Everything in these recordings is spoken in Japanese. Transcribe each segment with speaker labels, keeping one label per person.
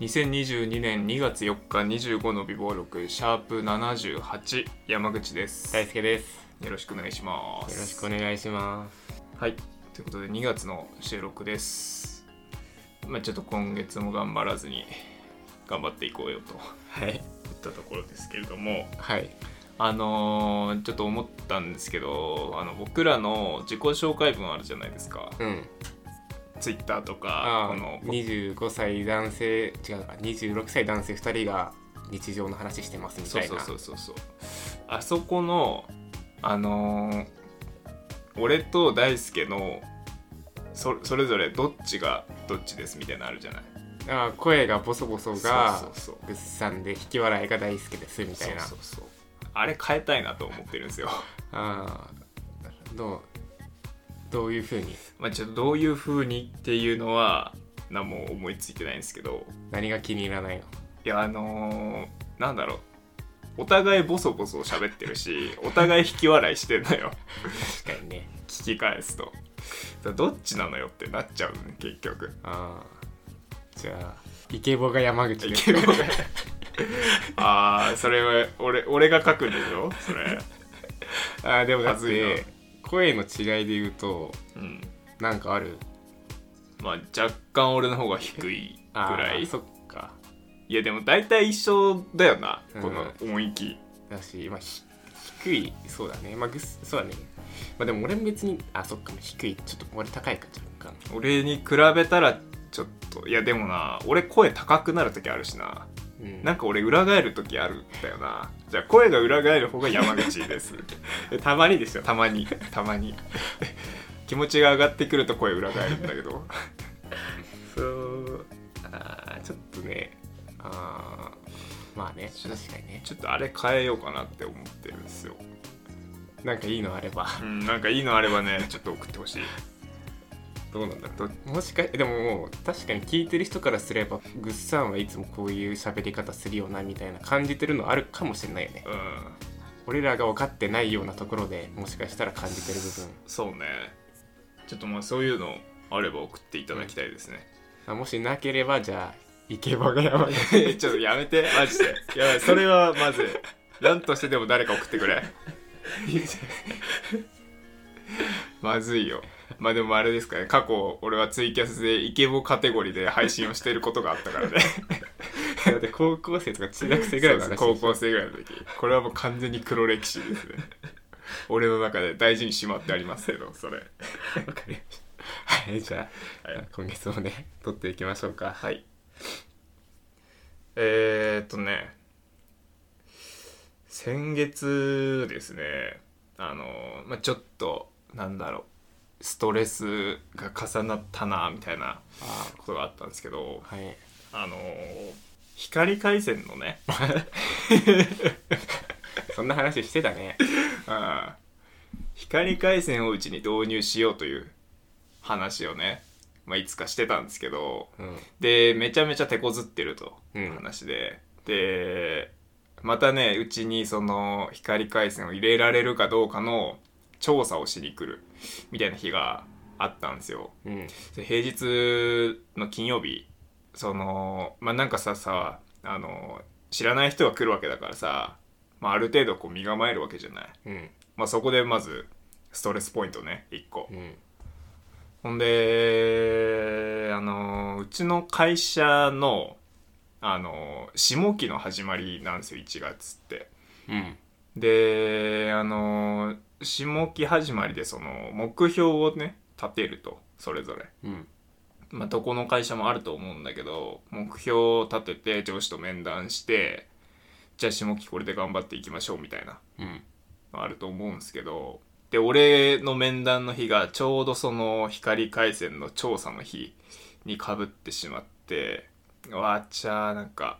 Speaker 1: 2022年2月4日25の備忘録シャープ78山口です
Speaker 2: 大輔です
Speaker 1: よろしくお願いします
Speaker 2: よろしくお願いします
Speaker 1: はいということで2月の収録ですまあちょっと今月も頑張らずに頑張っていこうよと
Speaker 2: はい
Speaker 1: 言ったところですけれども
Speaker 2: はい
Speaker 1: あのーちょっと思ったんですけどあの僕らの自己紹介文あるじゃないですか
Speaker 2: うん
Speaker 1: ツイッターとか
Speaker 2: あ
Speaker 1: こ
Speaker 2: の
Speaker 1: の
Speaker 2: 25歳男性違うか26歳男性2人が日常の話してますみ
Speaker 1: そ
Speaker 2: た
Speaker 1: う
Speaker 2: い
Speaker 1: そう
Speaker 2: な
Speaker 1: そうそうそうあそこのあのー俺と大輔のそそれぞれどっちがどっちですみたいなのあるじゃない
Speaker 2: あ声がボソボソ
Speaker 1: そ
Speaker 2: が
Speaker 1: うそうそう
Speaker 2: ぐっさんで引き笑いが大好きですみたいな
Speaker 1: そうそうそうあれ変えたいなと思ってるんですよ
Speaker 2: あーどうどういうふうに
Speaker 1: まあちょっとどういう風にっていうのは何も思いついてないんですけど
Speaker 2: 何が気に入らないの
Speaker 1: いやあのーなんだろうお互いボソボソ喋ってるし お互い引き笑いしてんのよ
Speaker 2: 確かにね
Speaker 1: 聞き返すとだからどっちなのよってなっちゃうね結局
Speaker 2: あーじゃあイケボが山口
Speaker 1: イ
Speaker 2: です
Speaker 1: ケボがああそれは俺俺が書くんでしょそれ
Speaker 2: あーでもだっ
Speaker 1: 恥ずいな
Speaker 2: て声の違いで言うと
Speaker 1: うん
Speaker 2: なんかある
Speaker 1: まあ若干俺の方が低いぐ
Speaker 2: あー
Speaker 1: らい
Speaker 2: そっか
Speaker 1: いやでも大体一緒だよな
Speaker 2: うん
Speaker 1: この音域、
Speaker 2: だし、まあ、ひ低いそうだねまあぐっそうだねまあでも俺も別にあそっか低いちょっと俺高いか若干
Speaker 1: 俺に比べたらちょっといやでもな俺声高くなる時あるしな
Speaker 2: うん
Speaker 1: なんか俺裏返る時あるんだよなじゃあ声が裏返る方が山口です
Speaker 2: たまにですよ
Speaker 1: たまにたまに 気持ちが上がってくると声裏返るんだけど
Speaker 2: そうあーちょっとねあーまあね
Speaker 1: ちょ
Speaker 2: 確かにね
Speaker 1: ちょっとあれ変えようかなって思ってるんですよ
Speaker 2: なんかいいのあれば
Speaker 1: うん、なんかいいのあればね、ちょっと送ってほしい。
Speaker 2: どうなんだろうもしかでももう確かに聞いてる人からすればぐっさんはいつもこういう喋り方するよなみたいな感じてるのあるかもしれないよね
Speaker 1: うん、
Speaker 2: 俺らが分かってないようなところでもしかしたら感じてる部分
Speaker 1: そうね。ちょっとまあそういうのあれば送っていただきたいですね。
Speaker 2: あもしなければじゃあイケボがやばい
Speaker 1: ちょっとやめて、マジで。やばい、それはまずい。なんとしてでも誰か送ってくれ。まずいよ。まあでもあれですかね、過去俺はツイキャスでイケボカテゴリーで配信をしていることがあったからね。
Speaker 2: だって高校生とか中学生ぐらいの話
Speaker 1: そうです高校生ぐらいの時これはもう完全に黒歴史ですね 俺の中で大事にしまってありますけどそれ
Speaker 2: わかりましたはいじゃあ、
Speaker 1: はい
Speaker 2: 今月もね撮っていきましょうか
Speaker 1: はいえー、っとね先月ですねあの、まあ、ちょっとなんだろうストレスが重なったなみたいな
Speaker 2: あ
Speaker 1: ことがあったんですけど
Speaker 2: はい
Speaker 1: あの光回線のね
Speaker 2: そんな話してたね
Speaker 1: ああ光回線をうちに導入しようという話をね、まあ、いつかしてたんですけど
Speaker 2: うん
Speaker 1: でめちゃめちゃ手こずってると
Speaker 2: うん
Speaker 1: 話で、でまたねうちにその光回線を入れられるかどうかの調査をしに来るみたいな日があったんですよ
Speaker 2: うん
Speaker 1: で平日の金曜日そのまあなんかささあの知らない人が来るわけだからさ、まあ、ある程度こう身構えるわけじゃない
Speaker 2: うん
Speaker 1: まあ、そこでまずストレスポイントね1個
Speaker 2: うん
Speaker 1: ほんであのうちの会社のあの下期の始まりなんですよ1月って
Speaker 2: うん
Speaker 1: であの下期始まりでその目標をね立てるとそれぞれ
Speaker 2: うん
Speaker 1: まあ、どこの会社もあると思うんだけど目標を立てて上司と面談してじゃあ下期これで頑張っていきましょうみたいな
Speaker 2: うん
Speaker 1: あると思うんですけどで俺の面談の日がちょうどその光回線の調査の日にかぶってしまってわーちゃーなんか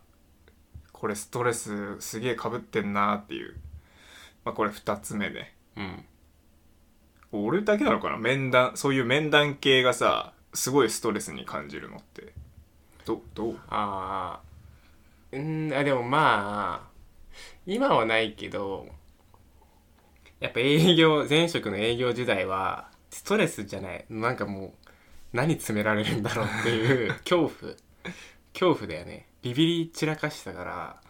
Speaker 1: これストレスすげえかぶってんなーっていう、まあ、これ2つ目ね
Speaker 2: うん
Speaker 1: 俺だけなのかな面談そういう面談系がさすごいストレスに感じるのってどどう
Speaker 2: ああうんあでもまあ今はないけどやっぱ営業前職の営業時代はスト レスじゃないなんかもう何詰められるんだろうっていう恐怖恐怖だよねビビり散らかしたから、ま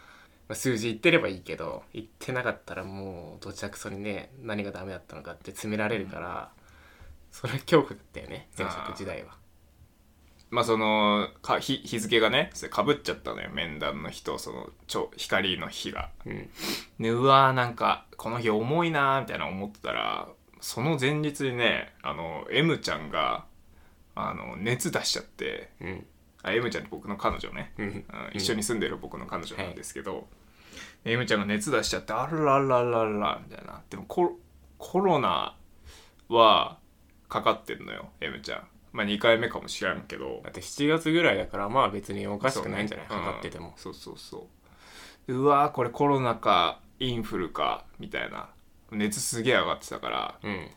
Speaker 2: あ数字言ってればいいけど言ってなかったらもうどちらくそにね何がダメだったのかって詰められるから、それは恐怖だったよね前職時代は
Speaker 1: まあそのか日日付がねかぶっちゃったのよ面談の日とそのちょ光の日が
Speaker 2: うん
Speaker 1: でうわーなんかこの日重いなーみたいな思ってたらその前日にねあの M ちゃんがあの熱出しちゃって
Speaker 2: うん
Speaker 1: あ M ちゃんって僕の彼女ね、
Speaker 2: うん
Speaker 1: うん一緒に住んでる僕の彼女なんですけど、で M ちゃんが熱出しちゃってあらららららみたいなでもココロナはかかってんのよ M ちゃんまあ2回目かもしらんけど
Speaker 2: だって7月ぐらいだからまあ別におかしくないんじゃない、
Speaker 1: そうね
Speaker 2: かかってても
Speaker 1: うんそうそうそううわーこれコロナかインフルかみたいな熱すげえ上がってたから
Speaker 2: うん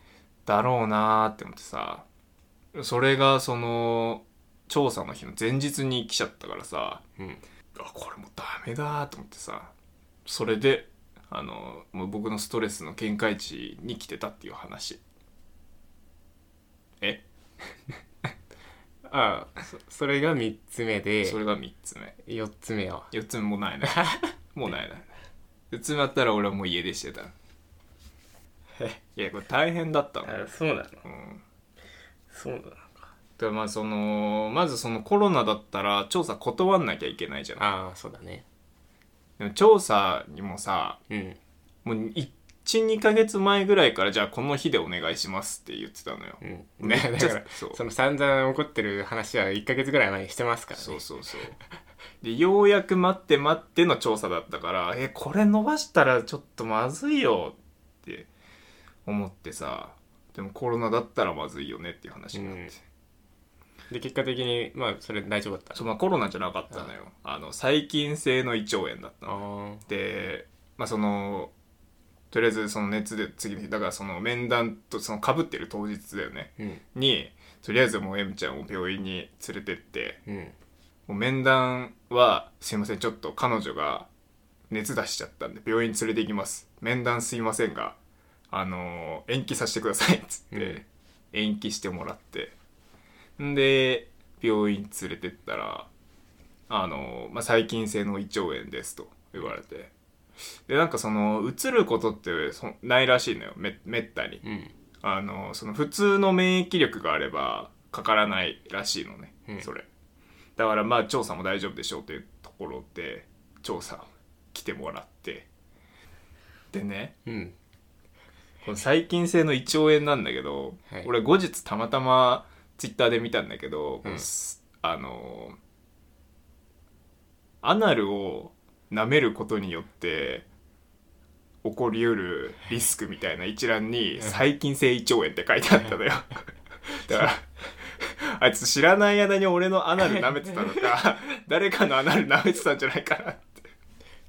Speaker 1: だろうなーって思ってさそれがその調査の日の前日に来ちゃったからさ
Speaker 2: うん
Speaker 1: あこれもうダメだーと思ってさそれであのもう僕のストレスの限界値に来てたっていう話え
Speaker 2: ああそそれが3つ目で
Speaker 1: それが3つ目
Speaker 2: 4つ目は
Speaker 1: 4つ目もうないね もうないね4つ目あったら俺はもう家出してたいやこれ大変だったの、
Speaker 2: そうなの
Speaker 1: うん、
Speaker 2: そうなの
Speaker 1: でまあそのまずそのコロナだったら調査断んなきゃいけないじゃない
Speaker 2: ああそうだね
Speaker 1: でも調査にもさ
Speaker 2: うん
Speaker 1: もう12ヶ月前ぐらいからじゃあこの日でお願いしますって言ってたのよ、
Speaker 2: うん
Speaker 1: め
Speaker 2: ね
Speaker 1: っちゃ
Speaker 2: だから
Speaker 1: そう
Speaker 2: その散々起こってる話は1ヶ月ぐらい前にしてますからね
Speaker 1: そうそうそうでようやく待って待っての調査だったからえこれ伸ばしたらちょっとまずいよって思ってさでもコロナだったらまずいよねっていう話になって、
Speaker 2: うんで結果的にまあそれ大丈夫だった
Speaker 1: そうまあコロナじゃなかったのよ、あの細菌性の胃腸炎だったの
Speaker 2: あ
Speaker 1: でまあそのとりあえずその熱で次の日だからその面談とそのかぶってる当日だよね
Speaker 2: ーうん
Speaker 1: にとりあえずもう M ちゃんを病院に連れてって
Speaker 2: うん
Speaker 1: もう面談は「すいませんちょっと彼女が熱出しちゃったんで病院連れて行きます面談すいませんがあのー延期させてください」っつって、
Speaker 2: うん
Speaker 1: 延期してもらってんで病院連れてったら「あのーまあ、細菌性の胃腸炎です」と言われてでなんかそのうつることってそないらしいのよめめったに
Speaker 2: うん
Speaker 1: あのその普通の免疫力があればかからないらしいのね、
Speaker 2: うん
Speaker 1: それだからまあ調査も大丈夫でしょうというところで調査来てもらってでね
Speaker 2: うん
Speaker 1: この細菌性の胃腸炎なんだけど、
Speaker 2: はい
Speaker 1: 俺後日たまたまツイッターで見たんだけど、この
Speaker 2: うん
Speaker 1: すあのアナルを舐めることによって起こりうるリスクみたいな一覧に「細菌性胃腸炎」って書いてあった のよ。だからあいつ知らない間に俺のアナル舐めてたの か誰かのアナル舐めてたんじゃないかなって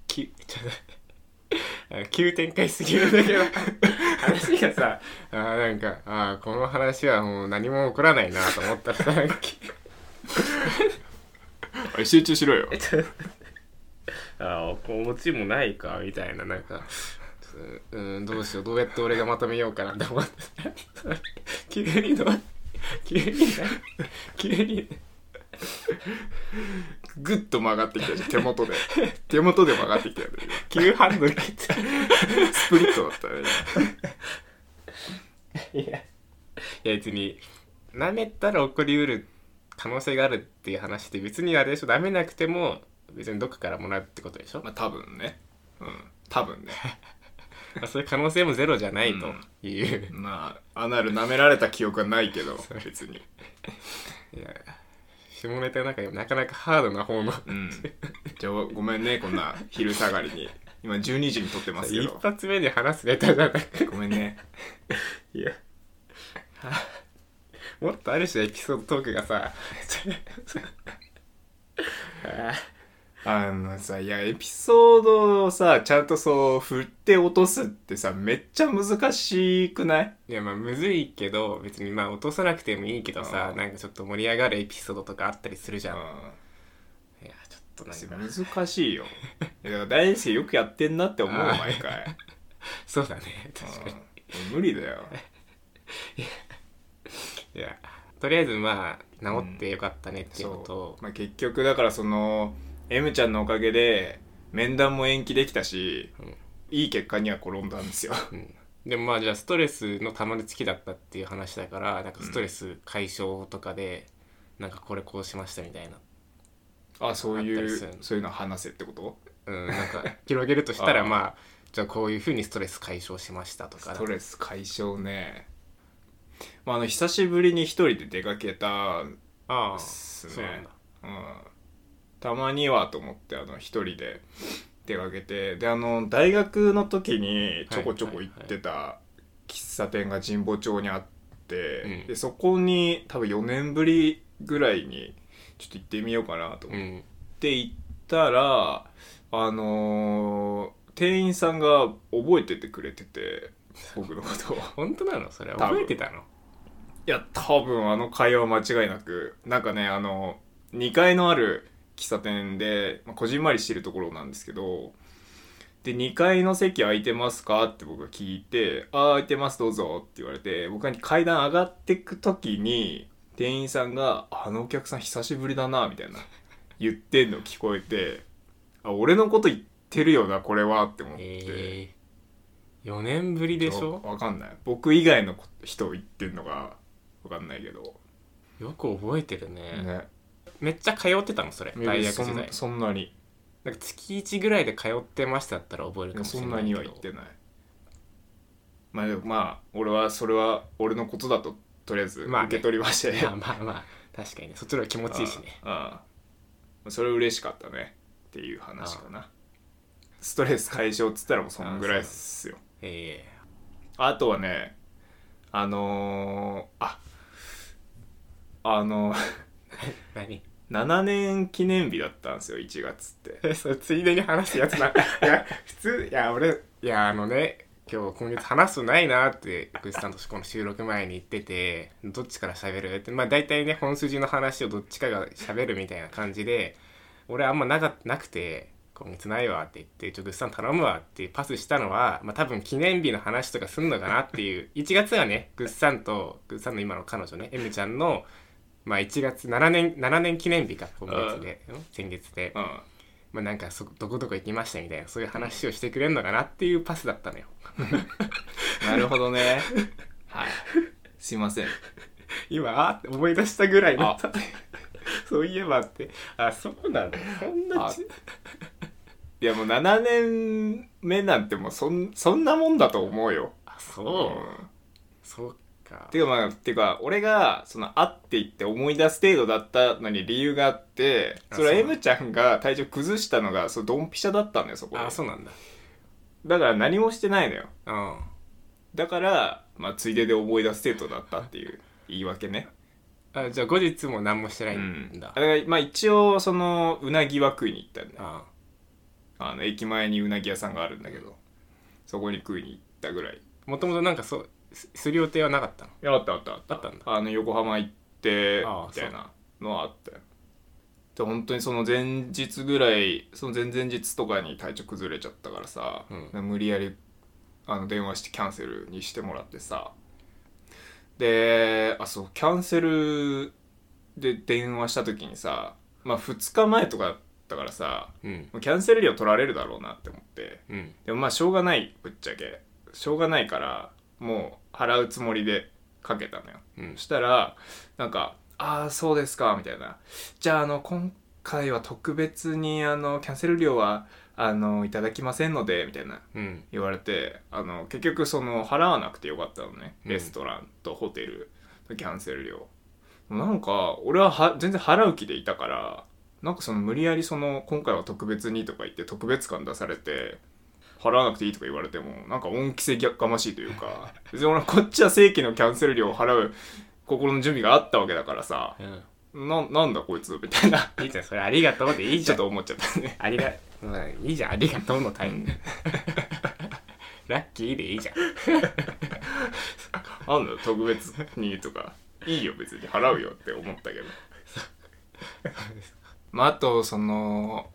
Speaker 2: き ちょっとあ急展開すぎるんだけど話がさあーなんかあーこの話はもう何も起こらないなと思ったらさ
Speaker 1: おい集中しろよ。
Speaker 2: ああこう持ちもないかみたいななんかちょっとうんどうしようどうやって俺がまとめようかなって思って急にどう急に急に
Speaker 1: グッと曲がってきたじゃん手元 で手元で曲がってきたよね
Speaker 2: 急ハンドル切って
Speaker 1: スプリットだったね
Speaker 2: いやい や別に舐めたら起こりうる可能性があるっていう話で別にあれでしょ舐めなくても別にどっかからもらうってことでしょ、
Speaker 1: まあ多分ねうん多分ね
Speaker 2: まあ、そういう可能性もゼロじゃないという、
Speaker 1: まあアナル舐められた記憶はない けど別に
Speaker 2: いや下ネタの中でもなかなかハードな方の
Speaker 1: うんじゃあごめんねこんな昼下がりに今12時に撮ってますけ
Speaker 2: 一
Speaker 1: ど
Speaker 2: 発目で話すネタじゃなく
Speaker 1: ごめんね
Speaker 2: いやもっとある種エピソードトークがさ あ
Speaker 1: あのさいやエピソードをさちゃんとそう振って落とすってさめっちゃ難しくない
Speaker 2: いやまあむずいけど別にまあ落とさなくてもいいけどさ
Speaker 1: うん
Speaker 2: なんかちょっと盛り上がるエピソードとかあったりするじゃん、いやちょっとなんか
Speaker 1: 難しいよいやだから大輔よくやってんなって思う
Speaker 2: あー
Speaker 1: 毎 回
Speaker 2: そうだね確かに
Speaker 1: うん無理だよ
Speaker 2: いやとりあえずまあ治ってよかったねっていうことを
Speaker 1: そ、う、まあ、結局だからその M ちゃんのおかげで面談も延期できたし、
Speaker 2: うん
Speaker 1: いい結果には転んだんです よ
Speaker 2: うん、でもまあじゃあストレスの溜まりつきだったっていう話だからなんかストレス解消とかで、なんかこれこうしましたみたいな
Speaker 1: あそうい
Speaker 2: あったり
Speaker 1: う
Speaker 2: する
Speaker 1: そういうの話せってこと
Speaker 2: うんなんか広げるとし た
Speaker 1: あ
Speaker 2: ら
Speaker 1: ー
Speaker 2: まあじゃあこういうふうにストレス解消しましたとか
Speaker 1: ストレス解消ね、まあ、あの久しぶりに一人で出かけたん
Speaker 2: ああ
Speaker 1: で
Speaker 2: そ
Speaker 1: す
Speaker 2: うな
Speaker 1: ね
Speaker 2: んだ
Speaker 1: うん、たまにはと思ってあの一人で出かけてであの大学の時にちょこちょこ行ってた喫茶店が神保町にあって、
Speaker 2: うん
Speaker 1: でそこに多分4年ぶりぐらいにちょっと行ってみようかなと
Speaker 2: う
Speaker 1: 思っ
Speaker 2: ん
Speaker 1: て行ったら、あのー店員さんが覚えててくれてて僕のことをい
Speaker 2: 本当なのそれ
Speaker 1: 多分
Speaker 2: 覚えてたの
Speaker 1: や多分あの会話間違いなくなんかねあの2階のある喫茶店で、まあ、こじんまりしてるところなんですけどで2階の席空いてますかって僕が聞いて「ああ空いてますどうぞ」って言われて僕が階段上がってく時に店員さんが「あのお客さん久しぶりだな」みたいな言ってんの聞こえて「あ俺のこと言ってるよなこれは」って思って。
Speaker 2: ええ4年ぶりでしょ
Speaker 1: わかんない僕以外の人を言ってんのがわかんないけど、
Speaker 2: よく覚えてるね
Speaker 1: ね
Speaker 2: めっちゃ通ってたのそれ大学時代
Speaker 1: そんそんなに
Speaker 2: なんか月1ぐらいで通ってましただったら覚えるかもし
Speaker 1: そ
Speaker 2: れ
Speaker 1: ん
Speaker 2: な
Speaker 1: ない
Speaker 2: け
Speaker 1: に
Speaker 2: ど
Speaker 1: は言ってないまあでもまあ俺はそれは俺のことだととりあえず
Speaker 2: まあ
Speaker 1: 受
Speaker 2: ね
Speaker 1: け取りまして、
Speaker 2: まあ まあまあ確かにねそっちの方が気持ちいいしね
Speaker 1: ああそれ嬉しかったねっていう話かなストレス解消っつったらもうそんぐらいっすよ
Speaker 2: え
Speaker 1: あとはね、あのー、あ、あのー、
Speaker 2: え何
Speaker 1: 7年記念日だったんですよ、1月って。
Speaker 2: えそれついでに話すやつないや普通いや俺いやあのね今日今月話すないなって福士さんとこの収録前に言っててどっちから喋るってまあ大体ね本筋の話をどっちかが喋るみたいな感じで俺あんまなかなくて今月ないわって言ってちょグッさん頼むわってパスしたのはまあ多分記念日の話とかすんのかなっていう1月はねグッさんとグッさんの今の彼女ね M ちゃんのまあ1月7年7年記念日か今月でん先月で
Speaker 1: うん。
Speaker 2: まあ、なんかそどこどこ行きましたみたいなそういう話をしてくれるのかなっていうパスだったのよ
Speaker 1: なるほどね。はい。すいません。
Speaker 2: 今あーって思い出したぐらいだ
Speaker 1: あ
Speaker 2: った そういえばってあそうなんだそんなち
Speaker 1: いやもう7年目なんてもうそんそんなもんだと思うよ。
Speaker 2: あそう、
Speaker 1: ん
Speaker 2: そうか
Speaker 1: ていうかまあ、ていうか、俺が、その、会って言って思い出す程度だったのに理由があって、
Speaker 2: あ
Speaker 1: それは
Speaker 2: そう
Speaker 1: M ちゃんが体調崩したのが、そう、ドンピシャだったんだよ、そこで
Speaker 2: あそうなんだ
Speaker 1: だから何もしてないのよ。
Speaker 2: うん
Speaker 1: だから、まあ、ついでで思い出す程度だったっていう言い訳ね。
Speaker 2: あじゃあ後日も何もしてな
Speaker 1: う
Speaker 2: い
Speaker 1: ん
Speaker 2: ん。だ、
Speaker 1: あれがまあ、一応、その、うなぎは食いに行ったんだよ。
Speaker 2: あ
Speaker 1: あの、駅前にうなぎ屋さんがあるんだけど、そこに食いに行ったぐらい。
Speaker 2: もともとなんかそうすする予定はなかったの
Speaker 1: いやあったあったあった
Speaker 2: あったんだ
Speaker 1: あの横浜行って
Speaker 2: ああ
Speaker 1: みたいなのはあったよで本当にその前日ぐらいその前々日とかに体調崩れちゃったからさ、
Speaker 2: う
Speaker 1: 無理やりあの電話してキャンセルにしてもらってさであそうキャンセルで電話した時にさまあ2日前とかだったからさ
Speaker 2: うん
Speaker 1: もうキャンセル料取られるだろうなって思って
Speaker 2: うん
Speaker 1: でもまあしょうがないぶっちゃけしょうがないからもう払うつもりでかけたのよ、
Speaker 2: うん
Speaker 1: そしたらなんか「ああそうですか」みたいな「じゃああの今回は特別にあのキャンセル料はあのいただきませんので」みたいな
Speaker 2: うん
Speaker 1: 言われてあの結局その払わなくてよかったのね
Speaker 2: うん
Speaker 1: レストランとホテルのキャンセル料、なんか俺はは全然払う気でいたからなんかその無理やりその今回は特別にとか言って特別感出されて払わなくていいとか言われてもなんか恩着せがましいという か別に俺はこっちは正規のキャンセル料を払う心の準備があったわけだからさ
Speaker 2: うん
Speaker 1: ななんだこいつみたいな
Speaker 2: いいじゃんそれありがとうでいいじ
Speaker 1: ちょ
Speaker 2: ゃ
Speaker 1: っ
Speaker 2: ん
Speaker 1: と思っちゃったね
Speaker 2: ありが、まあ、いいじゃん、ありがとうのタイム。ラッキーでいいじゃん。
Speaker 1: なんだよ特別にとかいいよ別に払うよって思ったけど まああとその、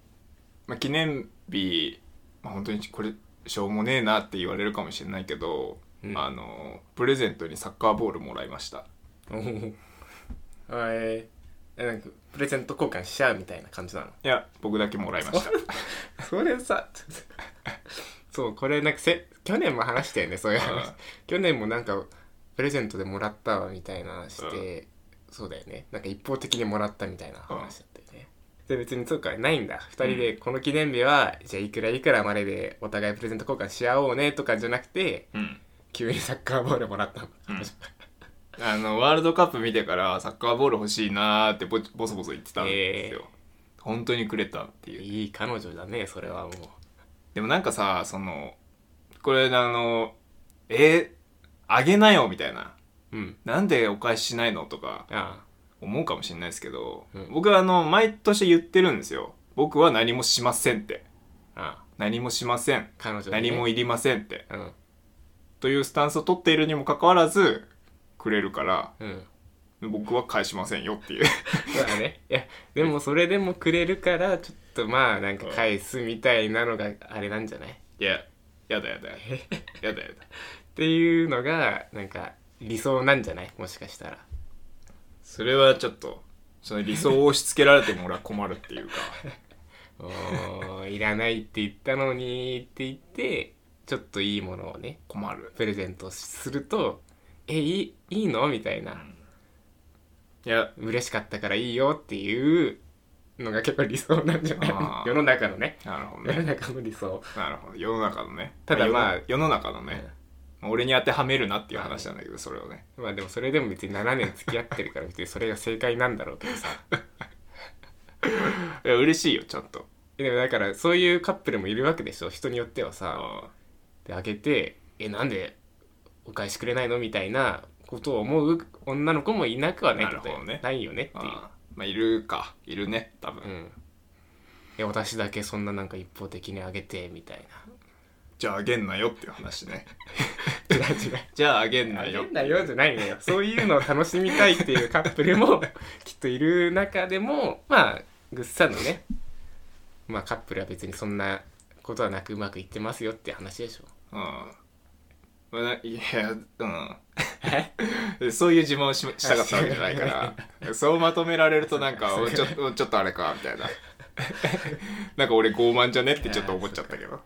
Speaker 1: まあ、記念日、まあ、本当にこれしょうもねえなって言われるかもしれないけど、
Speaker 2: うん
Speaker 1: あのプレゼントにサッカーボールもらいました
Speaker 2: おーはいえなんかプレゼント交換しちゃうみたいな感じなの
Speaker 1: いや僕だけもらいました
Speaker 2: それさそうこれなんかせ去年も話したよねそういう話、
Speaker 1: うん
Speaker 2: 去年もなんかプレゼントでもらったわみたいな話して、そうだよねなんか一方的にもらったみたいな話だったよね、で別にそうかないんだ2人でこの記念日は、じゃあいくらいくらまででお互いプレゼント交換し合おうねとかじゃなくて
Speaker 1: うん
Speaker 2: 急にサッカーボールもらったの、
Speaker 1: うんあのワールドカップ見てからサッカーボール欲しいなーってぼボソボソ言ってたんですよ、本当にくれたっていう
Speaker 2: いい彼女だねそれはもう
Speaker 1: でもなんかさそのこれあのえーあげなよみたいな
Speaker 2: うん
Speaker 1: なんでお返ししないのとか
Speaker 2: あ
Speaker 1: 思うかもしれないですけど、
Speaker 2: うん
Speaker 1: 僕はあの毎年言ってるんですよ僕は何もしませんって
Speaker 2: あああ
Speaker 1: 何もしません
Speaker 2: 彼女にね
Speaker 1: 何もいりませんって
Speaker 2: うん
Speaker 1: というスタンスを取っているにもかかわらずくれるから
Speaker 2: うん
Speaker 1: 僕は返しませんよっていう
Speaker 2: まあ ねいやでもそれでもくれるからちょっとまあなんか返すみたいなのがあれなんじゃないっ
Speaker 1: いややだや だやだやだやだ
Speaker 2: ていうのがなんか理想なんじゃないもしかしたら
Speaker 1: それはちょっとその理想を押し付けられても俺は困るっていうか
Speaker 2: おーいらないって言ったのにって言ってちょっといいものをね
Speaker 1: 困る
Speaker 2: プレゼントすると「えいいいいの?」みたいな、
Speaker 1: いや
Speaker 2: 嬉しかったからいいよっていうのが結構理想なんじゃない
Speaker 1: あー
Speaker 2: 世の中のね
Speaker 1: なるほど
Speaker 2: 世の
Speaker 1: ね
Speaker 2: 中の理想
Speaker 1: なるほど世の中のね
Speaker 2: ただまあ
Speaker 1: 世の世の中のね、俺に当てはめるなっていう話なんだけどそれをね
Speaker 2: まあでもそれでも別に7年付き合ってるから別にそれが正解なんだろうけどさ
Speaker 1: いや嬉しいよちゃんと
Speaker 2: でもだからそういうカップルもいるわけでしょ人によってはさであげて「えなんでお返しくれないの?」みたいなことを思う女の子もいなくはないけ
Speaker 1: なるほどね
Speaker 2: ないよねっていう
Speaker 1: あまあいるかいるね多分、
Speaker 2: うんえ私だけそんななんか一方的にあげてみたい
Speaker 1: じゃああげんなよっていう話ね
Speaker 2: な違う違う
Speaker 1: じゃああげんな
Speaker 2: あ
Speaker 1: よ
Speaker 2: げんなよじゃないのよそういうのを楽しみたいっていうカップル もきっといる中でもまあぐっさんのねまあカップルは別にそんなことはなくうまくいってますよって話でしょ
Speaker 1: うんまあないやうん そういう自慢をししたかったわけじゃないからそうまとめられるとなんかおちょおちょっとあれかみたいななんか俺傲慢じゃねってちょっと思っちゃったけど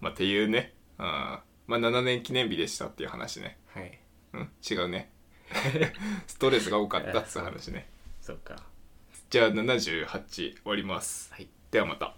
Speaker 1: まあっていうね、うん、まあ7年記念日でしたっていう話ね
Speaker 2: はい
Speaker 1: うん違うねストレスが多かったっつう話ね
Speaker 2: そうか
Speaker 1: じゃあ78終わります
Speaker 2: はい
Speaker 1: ではまた